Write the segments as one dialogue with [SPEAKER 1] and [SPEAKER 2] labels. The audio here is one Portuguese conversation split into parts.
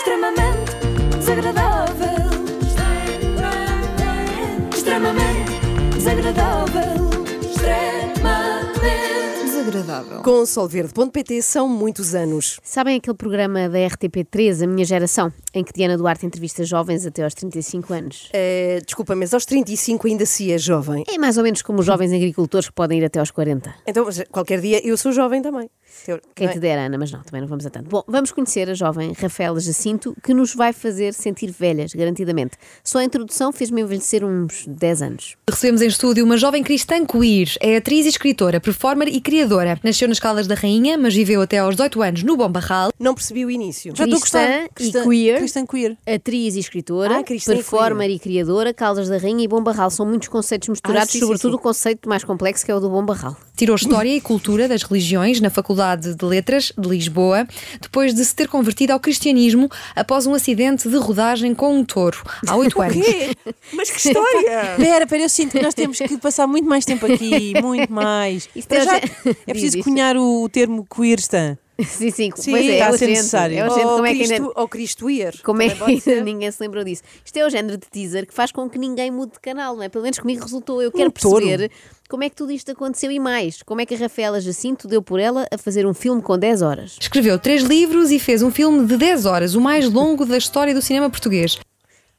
[SPEAKER 1] extremamente desagradável. Extremamente desagradável. Extremamente desagradável.
[SPEAKER 2] Com solverde.pt são muitos anos.
[SPEAKER 3] Sabem aquele programa da RTP3, A Minha Geração, em que Diana Duarte entrevista jovens até aos 35 anos?
[SPEAKER 2] Eh, desculpa, mas aos 35 ainda se é jovem.
[SPEAKER 3] É mais ou menos como os jovens agricultores que podem ir até aos 40.
[SPEAKER 2] Então, mas qualquer dia eu sou jovem também. Teo-
[SPEAKER 3] Quem
[SPEAKER 2] não é?
[SPEAKER 3] te dera, Ana, mas não, também não vamos a tanto. Bom, vamos conhecer a jovem Rafaela Jacinto, que nos vai fazer sentir velhas, garantidamente. Só a introdução fez-me envelhecer uns 10 anos.
[SPEAKER 4] Recebemos em estúdio uma jovem cristã queer. É atriz e escritora, performer e criadora. Nasceu nas Caldas da Rainha, mas viveu até aos 18 anos no Bom Barral.
[SPEAKER 2] Não percebi o início.
[SPEAKER 3] Já- estou a gostar. Cristã-
[SPEAKER 5] Cristã
[SPEAKER 3] cristã
[SPEAKER 5] queer.
[SPEAKER 3] Atriz e escritora,
[SPEAKER 2] Ah, cristã e
[SPEAKER 3] performer e criadora, Caldas da Rainha e Bom Barral. São muitos conceitos misturados,
[SPEAKER 2] sim, sim,
[SPEAKER 3] sobretudo
[SPEAKER 2] sim.
[SPEAKER 3] o conceito mais complexo que é o do Bom Barral.
[SPEAKER 4] Tirou História e Cultura das Religiões na Faculdade de Letras de Lisboa, depois de se ter convertido ao cristianismo após um acidente de rodagem com um touro, há 8 anos.
[SPEAKER 2] Mas que história!
[SPEAKER 5] Pera, pera, eu sinto que nós temos que passar muito mais tempo aqui, muito mais.
[SPEAKER 3] Isso
[SPEAKER 5] Para
[SPEAKER 3] tem
[SPEAKER 5] já,
[SPEAKER 3] a ver-
[SPEAKER 5] é preciso
[SPEAKER 3] Diz isso.
[SPEAKER 5] cunhar o, o termo queerstã.
[SPEAKER 3] Sim, sim, pois
[SPEAKER 5] Sim,
[SPEAKER 3] é,
[SPEAKER 5] está
[SPEAKER 3] é
[SPEAKER 5] a ser
[SPEAKER 3] urgente,
[SPEAKER 5] necessário. Oh,
[SPEAKER 3] É urgente,
[SPEAKER 2] Ou
[SPEAKER 3] como é que ainda-
[SPEAKER 2] Cristo- ou Cristo ir.
[SPEAKER 3] Como é que
[SPEAKER 2] Também pode
[SPEAKER 3] ainda
[SPEAKER 2] ser.
[SPEAKER 3] ninguém se lembrou disso? Isto é o género de teaser que faz com que ninguém mude de canal, não é? Pelo menos comigo resultou.
[SPEAKER 2] Um
[SPEAKER 3] Eu quero
[SPEAKER 5] touro.
[SPEAKER 3] perceber como é que tudo isto aconteceu e mais. Como é que a Rafaela Jacinto deu por ela a fazer um filme com 10 horas?
[SPEAKER 4] Escreveu três livros e fez um filme de 10 horas, o mais longo da história do cinema português.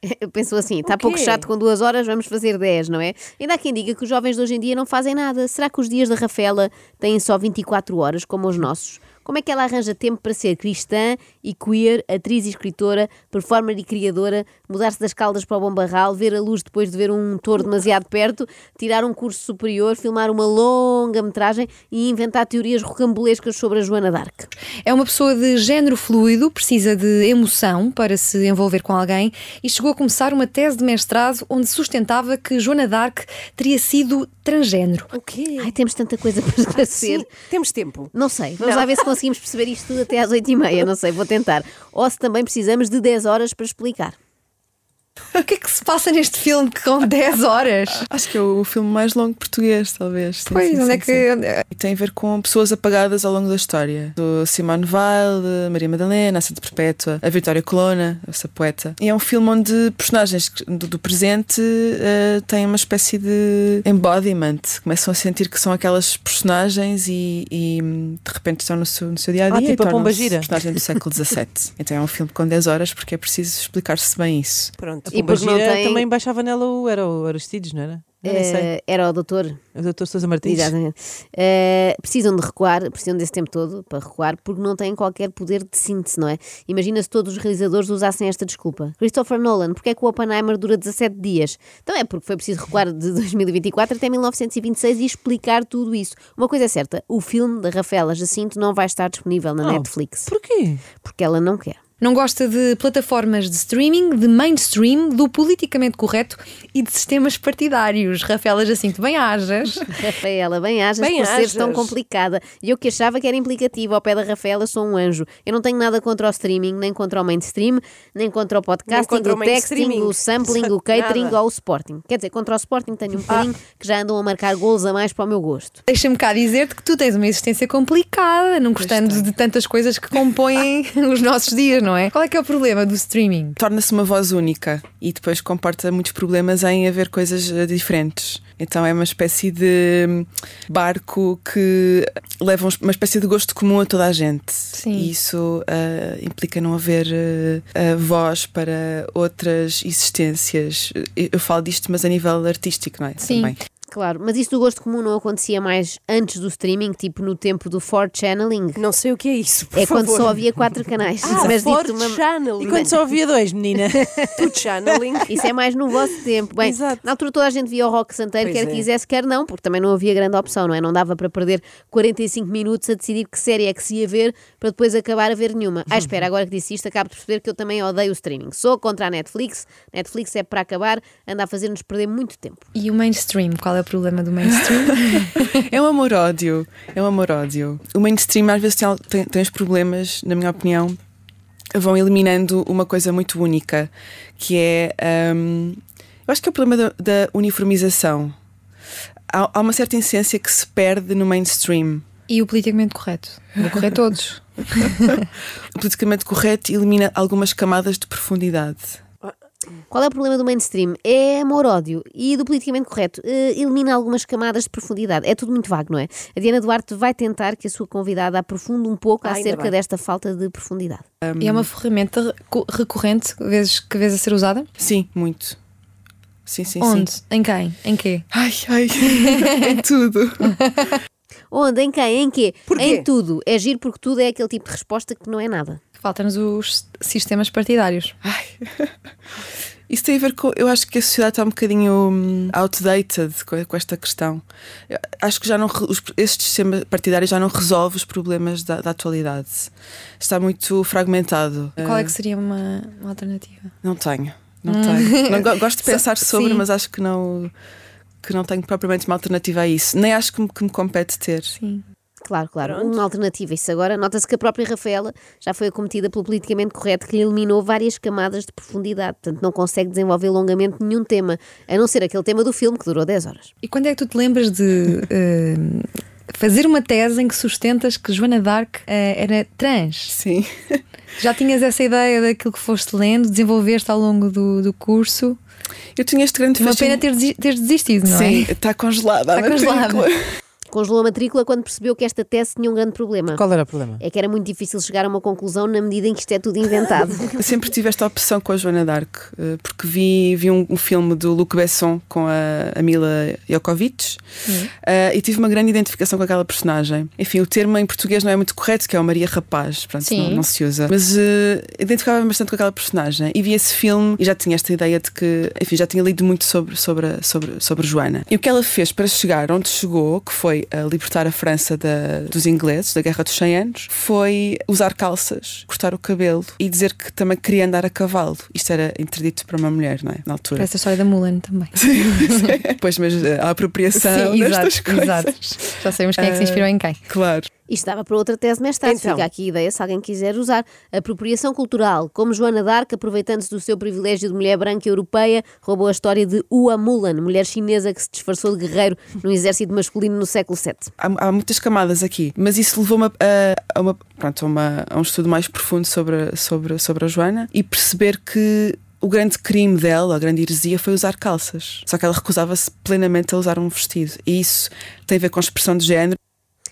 [SPEAKER 3] Pensou assim, está pouco chato com duas horas, vamos fazer 10, não é? Ainda há quem diga que os jovens de hoje em dia não fazem nada. Será que os dias da Rafaela têm só 24 horas, como os nossos? Como é que ela arranja tempo para ser cristã e queer, atriz e escritora, performer e criadora, mudar-se das caldas para o bom barral, ver a luz depois de ver um touro demasiado perto, tirar um curso superior, filmar uma longa metragem e inventar teorias rocambolescas sobre a Joana d'Arc?
[SPEAKER 4] É uma pessoa de género fluido, precisa de emoção para se envolver com alguém e chegou a começar uma tese de mestrado onde sustentava que Joana d'Arc teria sido transgénero.
[SPEAKER 2] O quê?
[SPEAKER 3] Ai, temos tanta coisa para esclarecer.
[SPEAKER 2] Sim, temos tempo.
[SPEAKER 3] Não sei, vamos lá ver se conseguimos perceber isto tudo até às 8h30, não sei, vou tentar. Ou se também precisamos de 10 horas para explicar.
[SPEAKER 4] O que é que se passa neste filme que com 10 horas?
[SPEAKER 6] Acho que é o filme mais longo português, talvez. Sim,
[SPEAKER 4] Pois,
[SPEAKER 6] sim,
[SPEAKER 4] onde
[SPEAKER 6] sim,
[SPEAKER 4] é
[SPEAKER 6] sim.
[SPEAKER 4] que. onde é-
[SPEAKER 6] E tem a ver com pessoas apagadas ao longo da história. Do Simone Weil, de Maria Madalena, a Santa Perpétua, a Vitória Colonna, essa poeta. E é um filme onde personagens que- do, do presente eh, têm uma espécie de embodiment. Começam a sentir que são aquelas personagens e, e, hum, de repente estão no seu, no seu dia a dia.
[SPEAKER 5] Ah,
[SPEAKER 6] e
[SPEAKER 5] tipo a
[SPEAKER 6] tornam-se
[SPEAKER 5] Pomba Gira.
[SPEAKER 6] Personagem do século XVII. então é um filme com 10 horas porque é preciso explicar-se bem isso.
[SPEAKER 5] Pronto.
[SPEAKER 3] E
[SPEAKER 5] A Pomba
[SPEAKER 3] porque não
[SPEAKER 5] Gira
[SPEAKER 3] tem-
[SPEAKER 5] também baixava nela o, era o Aristides, não era? Eu nem sei.
[SPEAKER 3] Eh, era o doutor.
[SPEAKER 7] É
[SPEAKER 5] O doutor Sousa Martins.
[SPEAKER 3] Exatamente. Eh, precisam de recuar, precisam desse tempo todo para recuar, porque não têm qualquer poder de síntese, não é? Imagina se todos os realizadores usassem esta desculpa. Christopher Nolan, porque é que o Oppenheimer dura 17 dias? Então é porque foi preciso recuar de 2024 até 1926 e explicar tudo isso. Uma coisa é certa, o filme da Rafaela Jacinto não vai estar disponível na
[SPEAKER 5] Oh,
[SPEAKER 3] Netflix,
[SPEAKER 5] Porquê?
[SPEAKER 3] porque ela não quer.
[SPEAKER 4] Não gosta de plataformas de streaming, de mainstream, do politicamente correto e de sistemas partidários. Rafaela Jacinto, bem ajas.
[SPEAKER 3] Rafaela, bem achas por ser tão complicada. E eu que achava que era implicativa, ao pé da Rafaela sou um anjo. Eu não tenho nada contra o streaming, nem contra o mainstream, nem contra o podcasting,
[SPEAKER 2] contra
[SPEAKER 3] o,
[SPEAKER 2] o
[SPEAKER 3] texting,
[SPEAKER 2] mainstreaming.
[SPEAKER 3] o sampling, o catering ou o Sporting. Quer dizer, contra o Sporting tenho um
[SPEAKER 2] Ah.
[SPEAKER 3] bocadinho que já andam a marcar golos a mais para o meu gosto.
[SPEAKER 4] Deixa-me cá dizer-te que tu tens uma existência complicada, não gostando de tantas coisas que compõem os nossos dias, não é? Qual é que é o problema do streaming?
[SPEAKER 6] torna-se uma voz única e depois comporta muitos problemas em haver coisas eh, diferentes. Então é uma espécie de hum, barco que leva uns- uma espécie de gosto comum a toda a gente.
[SPEAKER 4] Sim.
[SPEAKER 6] E isso ah, implica não haver ah, ah, voz para outras existências. Eu- Eu falo disto, mas a nível artístico, não é?
[SPEAKER 4] Sim.
[SPEAKER 6] Também.
[SPEAKER 3] Claro, mas isso do gosto comum não acontecia mais antes do streaming, tipo no tempo do 4 channeling.
[SPEAKER 2] Não sei o que é isso. por
[SPEAKER 3] É quando
[SPEAKER 2] favor.
[SPEAKER 3] só havia quatro canais.
[SPEAKER 2] Ah,
[SPEAKER 3] mas dito
[SPEAKER 2] for
[SPEAKER 3] de uma-
[SPEAKER 2] channeling.
[SPEAKER 5] E quando só havia dois, menina?
[SPEAKER 2] Tudo channeling.
[SPEAKER 3] Isso é mais no vosso tempo. Bem,
[SPEAKER 5] Exato.
[SPEAKER 3] na altura toda a gente via o rock santeiro,
[SPEAKER 2] Pois
[SPEAKER 3] quer
[SPEAKER 2] é.
[SPEAKER 3] quisesse, quer não, porque também não havia grande opção, não é? Não dava para perder 45 minutos a decidir que série é que se ia ver para depois acabar a ver nenhuma.
[SPEAKER 2] Uhum.
[SPEAKER 3] Ah, espera, agora que disse isto, acabo de perceber que eu também odeio o streaming. Sou contra a Netflix. Netflix é para acabar, anda a fazer-nos perder muito tempo.
[SPEAKER 4] E o mainstream? Qual é o problema do mainstream?
[SPEAKER 6] É um amor-ódio. É um amor-ódio. O mainstream às vezes tem, al- tem, tem os problemas, na minha opinião, vão eliminando uma coisa muito única, que é. hum, eu acho que é o problema da, da uniformização. Há, há uma certa essência que se perde no mainstream.
[SPEAKER 4] E o politicamente correto? Vou correr todos.
[SPEAKER 6] O politicamente correto elimina algumas camadas de profundidade.
[SPEAKER 3] Qual é o problema do mainstream? É amor-ódio e do politicamente correto. eh, elimina algumas camadas de profundidade. É tudo muito vago, não é? A Diana Duarte vai tentar que a sua convidada aprofunde um pouco
[SPEAKER 2] Ah, ainda
[SPEAKER 3] acerca
[SPEAKER 2] bem.
[SPEAKER 3] desta falta de profundidade.
[SPEAKER 4] E é uma ferramenta recu- recorrente vezes, que vezes a ser usada?
[SPEAKER 6] Sim, muito. Sim, sim,
[SPEAKER 4] Onde?
[SPEAKER 6] sim.
[SPEAKER 4] Em quem? Em quê?
[SPEAKER 6] Ai, ai, em tudo.
[SPEAKER 3] Onde? Em quem? Em quê?
[SPEAKER 2] Porquê?
[SPEAKER 3] Em tudo. É giro porque tudo é aquele tipo de resposta que não é nada.
[SPEAKER 4] Faltam-nos os sistemas partidários.
[SPEAKER 6] Isso tem a ver com. Eu acho que a sociedade está um bocadinho hum, outdated co- com esta questão. Eu acho que já não. re- Os, este sistema partidário já não resolve os problemas da, da atualidade. Está muito fragmentado.
[SPEAKER 4] Qual é
[SPEAKER 6] Eh,
[SPEAKER 4] que seria uma, uma alternativa?
[SPEAKER 6] Não tenho. Não tenho. Não go- gosto de pensar sobre,
[SPEAKER 4] Hum. sim.
[SPEAKER 6] mas acho que não. Que não tenho propriamente uma alternativa a isso. Nem acho que me, que me compete ter.
[SPEAKER 4] Sim.
[SPEAKER 3] Claro, claro. Uma alternativa. Isso agora, nota-se que a própria Rafaela já foi acometida pelo politicamente correto que lhe eliminou várias camadas de profundidade. Portanto, não consegue desenvolver longamente nenhum tema, a não ser aquele tema do filme que durou 10 horas.
[SPEAKER 4] E quando é que tu te lembras de eh, fazer uma tese em que sustentas que Joana Dark era trans?
[SPEAKER 6] Sim.
[SPEAKER 4] Já tinhas essa ideia daquilo que foste lendo, desenvolveste ao longo do, do curso?
[SPEAKER 6] Eu tinha este grande
[SPEAKER 4] É uma
[SPEAKER 6] fascínio-
[SPEAKER 4] pena ter, desi- ter desistido, não
[SPEAKER 6] Sim,
[SPEAKER 4] é?
[SPEAKER 6] está congelada. a
[SPEAKER 4] Está congelada.
[SPEAKER 6] matrícula.
[SPEAKER 3] Congelou a matrícula quando percebeu que esta tese tinha um grande problema.
[SPEAKER 7] Qual era o problema?
[SPEAKER 3] É que era muito difícil chegar a uma conclusão na medida em que isto é tudo inventado.
[SPEAKER 6] Sempre tive esta opção com a Joana Dark, eh, porque vi, vi um, um filme do Luc Besson com a, a Mila Jokovic eh, e tive uma grande identificação com aquela personagem. Enfim, o termo em português não é muito correto, que é o Maria Rapaz, pronto,
[SPEAKER 4] Sim.
[SPEAKER 6] não, não se usa. Mas eh, identificava-me bastante com aquela personagem e vi esse filme e já tinha esta ideia de que, enfim, já tinha lido muito sobre, sobre, a- sobre, sobre Joana. E o que ela fez para chegar onde chegou, que foi a libertar a França da- dos ingleses, da Guerra dos 100 Anos, foi usar calças, cortar o cabelo e dizer que também queria andar a cavalo. Isto era interdito para uma mulher, não é? Na altura.
[SPEAKER 4] Parece a história da Mulan também.
[SPEAKER 6] Depois, mas eh, a apropriação destas coisas.
[SPEAKER 4] exato. Já sabemos quem é que se inspirou em quem.
[SPEAKER 6] Claro.
[SPEAKER 3] Isto dava para outra tese de mestrado.
[SPEAKER 2] Então.
[SPEAKER 3] Fica aqui a ideia, se alguém quiser usar. Apropriação cultural. Como Joana d'Arc, aproveitando-se do seu privilégio de mulher branca europeia, roubou a história de Hua Mulan, mulher chinesa que se disfarçou de guerreiro no exército masculino no século VII.
[SPEAKER 6] há, há muitas camadas aqui, mas isso levou-me a, a- a uma- pronto, a uma- a um estudo mais profundo sobre, a- sobre, sobre a Joana e perceber que o grande crime dela, a grande heresia, foi usar calças. Só que ela recusava-se plenamente a usar um vestido. E isso tem a ver com expressão de género.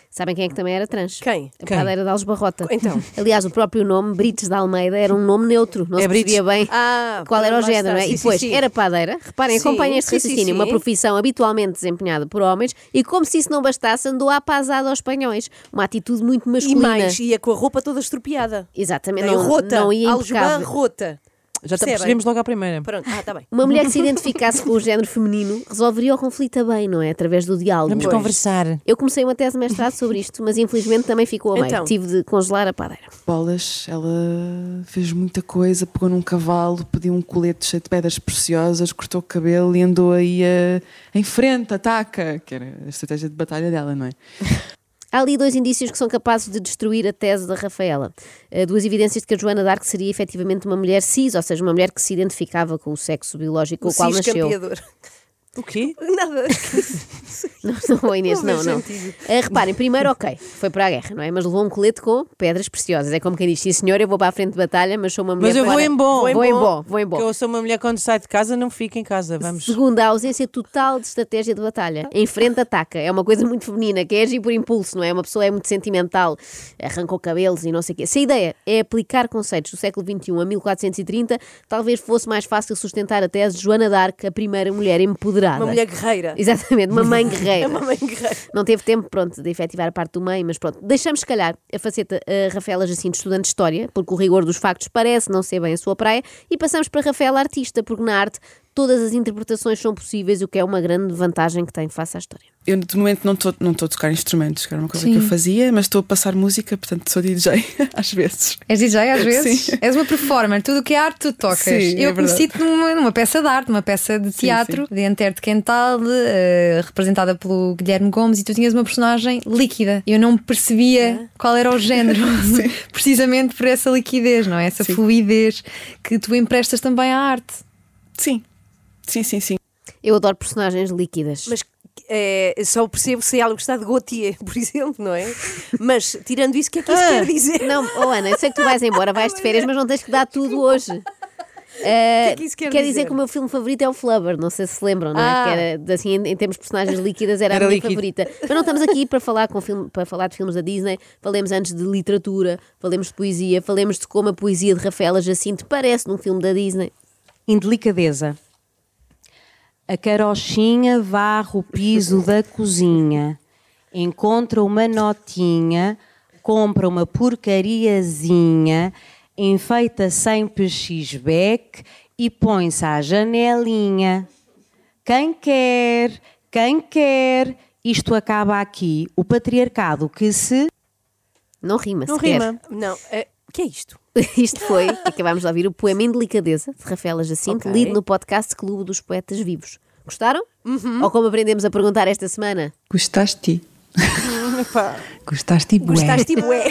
[SPEAKER 3] Sabem quem é que também era trans?
[SPEAKER 2] Quem?
[SPEAKER 3] A Cadeira de Alves Barrota.
[SPEAKER 2] Então.
[SPEAKER 3] Aliás, o próprio nome, Brites da Almeida, era um nome neutro. Não
[SPEAKER 5] É
[SPEAKER 3] se percebia bem.
[SPEAKER 2] Ah,
[SPEAKER 3] Qual era o
[SPEAKER 2] lá está.
[SPEAKER 3] género, não é?
[SPEAKER 2] Sim,
[SPEAKER 3] e
[SPEAKER 2] sim,
[SPEAKER 3] depois,
[SPEAKER 2] sim.
[SPEAKER 3] era padeira. Reparem,
[SPEAKER 2] Sim,
[SPEAKER 3] acompanhem este
[SPEAKER 2] sim, sim,
[SPEAKER 3] raciocínio. Uma
[SPEAKER 2] sim.
[SPEAKER 3] profissão habitualmente desempenhada por homens e, como se isso não bastasse, andou à pasada aos espanhóis. Uma atitude muito
[SPEAKER 2] E
[SPEAKER 3] masculina.
[SPEAKER 2] mais, ia com a roupa toda estropiada.
[SPEAKER 3] Exatamente.
[SPEAKER 2] Não,
[SPEAKER 3] Não,
[SPEAKER 2] rota.
[SPEAKER 3] não ia
[SPEAKER 2] algeba
[SPEAKER 3] impecável.
[SPEAKER 2] rota.
[SPEAKER 7] Já tá-
[SPEAKER 2] Percebem?
[SPEAKER 7] percebemos logo à primeira.
[SPEAKER 2] Pronto, ah, está bem.
[SPEAKER 3] Uma mulher que se identificasse com o género feminino resolveria o conflito a bem, não é? Através do diálogo.
[SPEAKER 7] Vamos conversar.
[SPEAKER 3] Eu comecei uma tese de mestrado sobre isto, mas infelizmente também ficou a meio.
[SPEAKER 2] Então.
[SPEAKER 3] Tive de congelar a padeira.
[SPEAKER 6] Bolas, ela fez muita coisa, pegou num cavalo, pediu um colete cheio de pedras preciosas, cortou o cabelo e andou aí a, em frente, ataca, que era a estratégia de batalha dela, não é?
[SPEAKER 3] Há ali dois indícios que são capazes de destruir a tese da Rafaela. Eh, Duas evidências de que a Joana D'Arc seria efetivamente uma mulher cis, ou seja, uma mulher que se identificava com o sexo biológico com o
[SPEAKER 2] O
[SPEAKER 3] qual
[SPEAKER 2] cis
[SPEAKER 3] nasceu.
[SPEAKER 2] campeador.
[SPEAKER 7] O quê?
[SPEAKER 2] Nada.
[SPEAKER 3] Não, não, Inês,
[SPEAKER 2] Não
[SPEAKER 3] não,
[SPEAKER 2] faz
[SPEAKER 3] não.
[SPEAKER 2] sentido.
[SPEAKER 3] Eh, reparem, primeiro, ok, foi para a guerra, não é? Mas levou um colete com pedras preciosas. É como quem diz: sim, senhor, eu vou para a frente de batalha, mas sou uma mulher.
[SPEAKER 7] Mas eu vou
[SPEAKER 3] para-
[SPEAKER 7] em bom.
[SPEAKER 3] Vou em bom, vou em
[SPEAKER 7] Porque
[SPEAKER 3] bom.
[SPEAKER 7] eu sou uma mulher quando sai de casa, não fica em casa. Vamos.
[SPEAKER 3] Segundo, a ausência total de estratégia de batalha. Enfrenta, ataca. É uma coisa muito feminina, que é agir por impulso, não é? Uma pessoa é muito sentimental, arrancou cabelos e não sei o quê. Se a ideia é aplicar conceitos do século XXI a 1430, talvez fosse mais fácil sustentar a tese de Joana d'Arc, a primeira mulher empoderada.
[SPEAKER 2] Uma mulher guerreira.
[SPEAKER 3] Exatamente, uma mãe guerreira.
[SPEAKER 2] É uma mãe guerreira.
[SPEAKER 3] Não teve tempo, pronto, de efetivar a parte do meio, mas pronto. Deixamos, se calhar, a faceta a Rafaela Jacinto, estudante de História, porque o rigor dos factos parece não ser bem a sua praia, e passamos para Rafaela Artista, porque na arte todas as interpretações são possíveis, o que é uma grande vantagem que tem face à história.
[SPEAKER 6] Eu de momento não estou não estou a tocar instrumentos, que era uma coisa que eu fazia, mas estou a passar música, portanto sou DJ às vezes.
[SPEAKER 4] És DJ às vezes?
[SPEAKER 6] Sim.
[SPEAKER 4] És uma performer, tudo o que é arte tu tocas.
[SPEAKER 6] Sim,
[SPEAKER 4] eu
[SPEAKER 6] é verdade.
[SPEAKER 4] conheci-te numa, numa peça de arte, numa peça de teatro, de Antero de Quental, eh, representada pelo Guilherme Gomes, e tu tinhas uma personagem líquida. Eu não percebia qual era o género, precisamente por essa liquidez, não é? Essa
[SPEAKER 6] Sim.
[SPEAKER 4] fluidez que tu emprestas também à arte.
[SPEAKER 6] Sim, sim, sim, sim.
[SPEAKER 3] Eu adoro personagens líquidas.
[SPEAKER 2] Mas eh, só percebo se ela gostar de Gautier, por exemplo, não é? Mas, tirando isso, o que é que
[SPEAKER 3] Ah,
[SPEAKER 2] isso quer dizer?
[SPEAKER 3] Não, oh Ana, eu sei que tu vais embora, vais de férias, mas não tens que dar tudo hoje. Eh,
[SPEAKER 2] que é que isso quer
[SPEAKER 3] dizer
[SPEAKER 2] dizer?
[SPEAKER 3] que o meu filme favorito é o Flubber, não sei se se lembram, não é?
[SPEAKER 2] Ah.
[SPEAKER 3] Que era, de- assim, em, em termos de personagens líquidas, era,
[SPEAKER 7] Era
[SPEAKER 3] a minha
[SPEAKER 7] líquido.
[SPEAKER 3] favorita. Mas não estamos aqui para falar, com filme, para falar de filmes da Disney, falemos antes de literatura, falemos de poesia, falemos de como a poesia de Rafaela Jacinto parece num filme da Disney.
[SPEAKER 8] Indelicadeza. A carochinha varre o piso da cozinha, encontra uma notinha, compra uma porcariazinha, enfeita sem pechisbeck e põe-se à janelinha. Quem quer, quem quer, isto acaba aqui. O patriarcado que se
[SPEAKER 3] Não rima,
[SPEAKER 7] Não
[SPEAKER 3] sequer.
[SPEAKER 7] rima.
[SPEAKER 2] Não, eh, o que é isto?
[SPEAKER 3] Isto foi, acabámos de ouvir o poema em delicadeza de Rafaela Jacinto,
[SPEAKER 2] Ok.
[SPEAKER 3] lido no podcast Clube dos Poetas Vivos. Gostaram?
[SPEAKER 2] Uhum.
[SPEAKER 3] Ou como aprendemos a perguntar esta semana?
[SPEAKER 9] Gostaste? Gostaste bué.
[SPEAKER 2] Gostaste tipo é.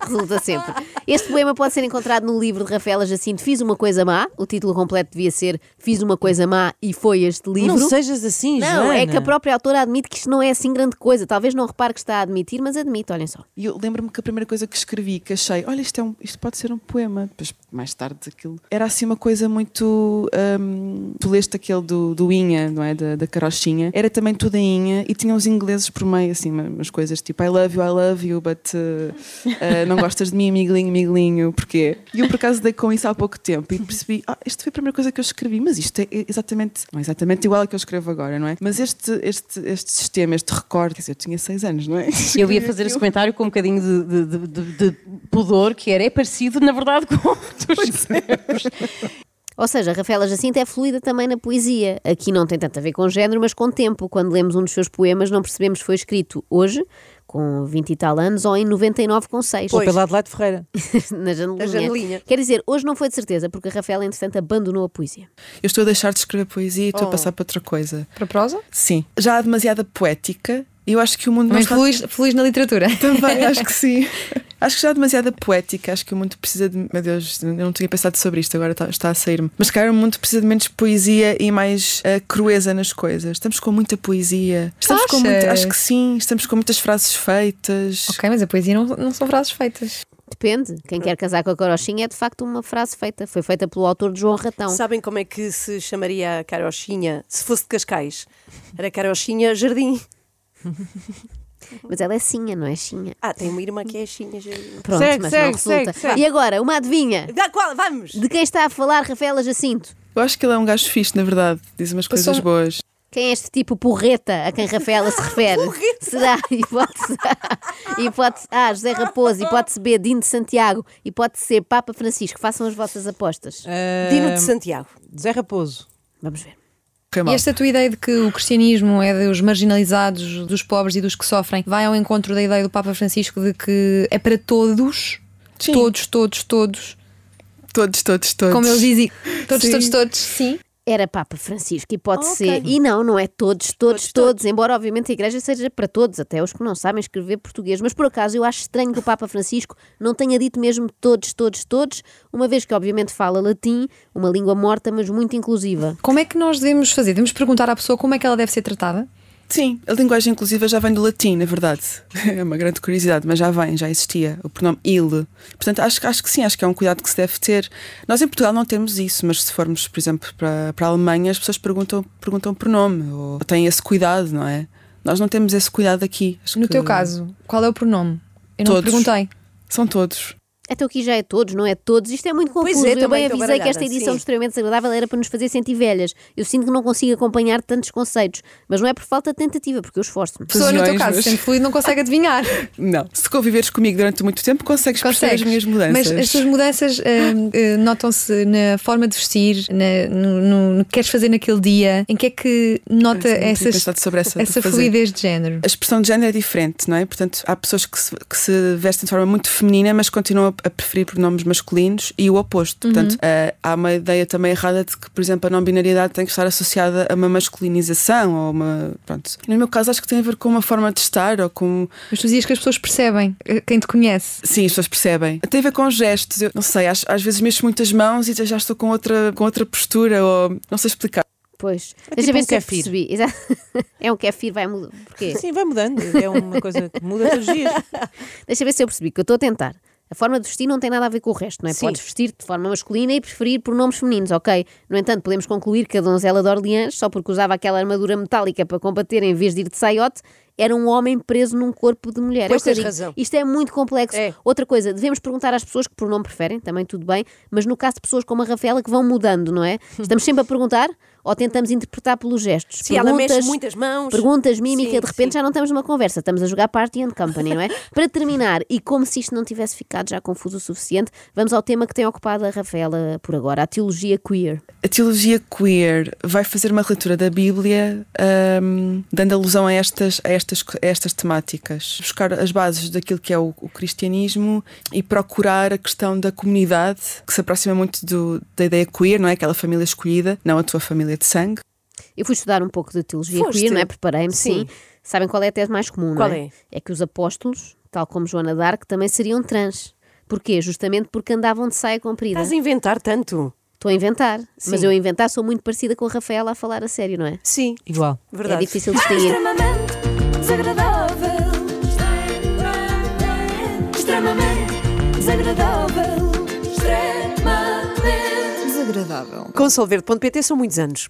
[SPEAKER 3] Resulta sempre. Este poema pode ser encontrado no livro de Rafaela Jacinto Fiz Uma Coisa Má. O título completo devia ser Fiz Uma Coisa Má e foi este livro.
[SPEAKER 7] Não sejas assim,
[SPEAKER 3] Não,
[SPEAKER 7] Joana.
[SPEAKER 3] é que a própria autora admite que isto não é assim grande coisa. Talvez não repare que está a admitir, mas admite, olhem só.
[SPEAKER 6] E eu lembro-me que a primeira coisa que escrevi, que achei, olha, isto, é um- isto pode ser um poema, depois mais tarde aquilo. Era assim uma coisa muito. hum, tu leste aquele do, do Inha, não é? Da, da carochinha. Era também tudo em Inha e tinha uns ingleses por meio, assim, uma- umas coisas tipo I love you, I love you, but uh, uh, não gostas de mim, miguelinho, miguelinho, porquê? E eu por acaso dei com isso há pouco tempo e percebi, ah, isto foi a primeira coisa que eu escrevi, mas isto é exatamente, não é exatamente igual ao que eu escrevo agora, não é? Mas este, este, este sistema, este recorde, quer dizer, eu tinha seis anos, não é?
[SPEAKER 8] Eu ia fazer esse comentário com um bocadinho de, de- de- de- de pudor, que era, é parecido, na verdade, com o que tu escreves.
[SPEAKER 3] Ou seja, Rafaela Jacinto é fluida também na poesia. Aqui não tem tanto a ver com género, mas com tempo. Quando lemos um dos seus poemas, não percebemos se foi escrito hoje, com 20 e tal anos, ou em 99 com 6.
[SPEAKER 7] Ou pela Adelaide Ferreira.
[SPEAKER 3] na janelinha.
[SPEAKER 2] Na janelinha.
[SPEAKER 3] Quer dizer, hoje não foi de certeza, porque a Rafaela, entretanto, abandonou a poesia.
[SPEAKER 6] Eu estou a deixar de escrever poesia e estou a passar para outra coisa.
[SPEAKER 4] Para prosa?
[SPEAKER 6] Sim. Já há demasiada poética. e Eu acho que o mundo não
[SPEAKER 4] Mas
[SPEAKER 6] está-
[SPEAKER 4] feliz, feliz na literatura.
[SPEAKER 6] Também, acho que sim. Acho que já há demasiada poética. Acho que o mundo precisa de. Meu Deus, eu não tinha pensado sobre isto, agora está, está a sair-me. Mas, cara, o mundo precisa de menos poesia e mais ah, crueza nas coisas. Estamos com muita poesia. Estamos com
[SPEAKER 4] Achas?
[SPEAKER 6] muita- Acho que sim. Estamos com muitas frases feitas.
[SPEAKER 4] Ok, mas a poesia não, não são frases feitas.
[SPEAKER 3] Depende. Quem quer casar com a carochinha é, de facto, uma frase feita. Foi feita pelo autor de João Ratão.
[SPEAKER 2] Sabem como é que se chamaria a carochinha se fosse de Cascais? Era carochinha jardim.
[SPEAKER 3] Mas ela é Sinha, não é Xinha.
[SPEAKER 2] Ah, tem uma irmã que é chinha jardim.
[SPEAKER 3] Pronto,
[SPEAKER 7] Segue,
[SPEAKER 3] mas não
[SPEAKER 7] segue,
[SPEAKER 3] resulta.
[SPEAKER 7] segue, segue.
[SPEAKER 3] E agora, uma adivinha.
[SPEAKER 2] Da qual? Vamos!
[SPEAKER 3] De quem está a falar Rafaela Jacinto?
[SPEAKER 6] Eu acho que ele é um gajo fixe, na verdade. Diz umas coisas
[SPEAKER 4] sou- um
[SPEAKER 6] boas.
[SPEAKER 3] Quem é este tipo porreta a quem Rafaela se refere? Será hipótese A, hipótese A, José Raposo, hipótese B, Dino de Santiago, hipótese C, Papa Francisco. Façam as vossas apostas.
[SPEAKER 7] Eh,
[SPEAKER 2] Dino de Santiago.
[SPEAKER 7] Zé Raposo.
[SPEAKER 3] Vamos ver.
[SPEAKER 6] Correu
[SPEAKER 4] E
[SPEAKER 6] mal.
[SPEAKER 4] esta tua ideia de que o cristianismo é dos marginalizados, dos pobres e dos que sofrem, vai ao encontro da ideia do Papa Francisco de que é para todos,
[SPEAKER 6] Sim.
[SPEAKER 4] todos, todos, todos,
[SPEAKER 6] Todos, todos, todos.
[SPEAKER 4] como eles dizem, todos,
[SPEAKER 6] Sim.
[SPEAKER 4] todos, todos, sim.
[SPEAKER 3] Era Papa Francisco, hipótese C. E não, não é todos, todos, todos, Embora, obviamente, a igreja seja para todos, até os que não sabem escrever português. Mas, por acaso, eu acho estranho que o Papa Francisco não tenha dito mesmo todos, todos, todos, uma vez que, obviamente, fala latim, uma língua morta, mas muito inclusiva.
[SPEAKER 4] Como é que nós devemos fazer? Devemos perguntar à pessoa como é que ela deve ser tratada?
[SPEAKER 6] Sim, a linguagem inclusiva já vem do latim, na verdade. É uma grande curiosidade, mas já vem, já existia o pronome il. Portanto, acho, que- acho que sim, acho que é um cuidado que se deve ter. Nós em Portugal não temos isso, mas se formos, por exemplo, para, para a Alemanha, as pessoas perguntam, perguntam pronome ou têm esse cuidado, não é? Nós não temos esse cuidado aqui. Acho
[SPEAKER 4] No
[SPEAKER 6] que
[SPEAKER 4] teu caso, qual é o pronome? Eu não te
[SPEAKER 6] Todos.
[SPEAKER 4] perguntei.
[SPEAKER 6] São todos.
[SPEAKER 3] Até aqui já é todos, não é todos. Isto é muito
[SPEAKER 2] Pois
[SPEAKER 3] confuso.
[SPEAKER 2] é,
[SPEAKER 3] eu
[SPEAKER 2] também
[SPEAKER 3] bem
[SPEAKER 2] estou
[SPEAKER 3] avisei que
[SPEAKER 2] baralhada,
[SPEAKER 3] esta edição
[SPEAKER 2] sim.
[SPEAKER 3] extremamente desagradável era para nos fazer sentir velhas. Eu sinto que não consigo acompanhar tantos conceitos, mas não é por falta de tentativa, porque eu esforço-me.
[SPEAKER 4] Pessoa no teu
[SPEAKER 6] Fusões,
[SPEAKER 4] caso,
[SPEAKER 6] mas-
[SPEAKER 4] sendo fluido, não consegue adivinhar.
[SPEAKER 6] Não. Se conviveres comigo durante muito tempo, consegues, perceber as minhas mudanças.
[SPEAKER 4] Mas as tuas mudanças hum, eh, notam-se na forma de vestir, na- no, no- no que queres fazer naquele dia, em que é que nota
[SPEAKER 6] Não tinha
[SPEAKER 4] essas,
[SPEAKER 6] pensado sobre essa,
[SPEAKER 4] essa
[SPEAKER 6] de fazer.
[SPEAKER 4] fluidez de género?
[SPEAKER 6] A expressão de género é diferente, não é? Portanto, há pessoas que se, que se vestem de forma muito feminina, mas continuam a, a preferir pronomes masculinos e o oposto. Portanto, eh, há uma ideia também errada de que, por exemplo, a não-binariedade tem que estar associada a uma masculinização ou uma. Pronto. No meu caso, acho que tem a ver com uma forma de estar ou com.
[SPEAKER 4] Mas tu dizias que as pessoas percebem, eh, quem te conhece.
[SPEAKER 6] Sim, as pessoas percebem. Tem a ver com gestos. Eu não sei, às, às vezes mexo muitas mãos e já estou com outra, com outra postura ou. Não sei explicar.
[SPEAKER 3] Pois.
[SPEAKER 5] É
[SPEAKER 3] Deixa
[SPEAKER 5] tipo
[SPEAKER 3] ver
[SPEAKER 5] um
[SPEAKER 3] se eu
[SPEAKER 5] kefir.
[SPEAKER 3] percebi. Exato. É um kefir, vai mudar. Porquê?
[SPEAKER 5] Sim, vai mudando. É uma coisa que muda todos os dias.
[SPEAKER 3] Deixa ver se eu percebi, que eu estou a tentar. A forma de vestir não tem nada a ver com o resto, não é?
[SPEAKER 2] Sim.
[SPEAKER 3] Podes vestir de forma masculina e preferir pronomes femininos, ok? No entanto, podemos concluir que a donzela de Orleans, só porque usava aquela armadura metálica para combater em vez de ir de saiote, era um homem preso num corpo de mulher.
[SPEAKER 2] Pois
[SPEAKER 3] É um
[SPEAKER 2] tens
[SPEAKER 3] bocadinho.
[SPEAKER 2] razão.
[SPEAKER 3] Isto é muito complexo.
[SPEAKER 2] É.
[SPEAKER 3] Outra coisa, devemos perguntar às pessoas que pronome preferem, também tudo bem, mas no caso de pessoas como a Rafaela que vão mudando, não é? Estamos sempre a perguntar ou tentamos interpretar pelos gestos?
[SPEAKER 2] Se ela mexe
[SPEAKER 3] Perguntas-
[SPEAKER 2] muitas mãos.
[SPEAKER 3] Perguntas, mímica,
[SPEAKER 2] Sim,
[SPEAKER 3] de repente
[SPEAKER 2] sim.
[SPEAKER 3] já não estamos numa conversa, estamos a jogar Party and Company, não é? Para terminar, e como se isto não tivesse ficado já confuso o suficiente, vamos ao tema que tem ocupado a Rafaela por agora, a teologia queer.
[SPEAKER 6] A teologia queer vai fazer uma releitura da Bíblia, ahm, dando alusão a estas, a, estas, a estas temáticas. Buscar as bases daquilo que é o, o cristianismo e procurar a questão da comunidade, que se aproxima muito do- da ideia queer, não é? Aquela família escolhida, não a tua família de sangue.
[SPEAKER 3] Eu fui estudar um pouco de teologia
[SPEAKER 2] Foste?
[SPEAKER 3] queer, não é? Preparei-me, sim. Sabem qual é a tese mais comum,
[SPEAKER 2] Qual
[SPEAKER 3] não é?
[SPEAKER 2] é?
[SPEAKER 3] É que os apóstolos, tal como Joana d'Arc, também seriam trans. Porquê? Justamente porque andavam de saia comprida.
[SPEAKER 2] Estás a inventar tanto.
[SPEAKER 3] Estou a inventar, mas
[SPEAKER 2] Sim.
[SPEAKER 3] eu a inventar sou muito parecida com a Rafaela a falar a sério, não é?
[SPEAKER 2] Sim,
[SPEAKER 7] Igual.
[SPEAKER 2] verdade.
[SPEAKER 3] É difícil distinguir.
[SPEAKER 1] Extremamente desagradável. Extremamente desagradável. Extremamente desagradável.
[SPEAKER 2] Com solverde.pt são muitos anos.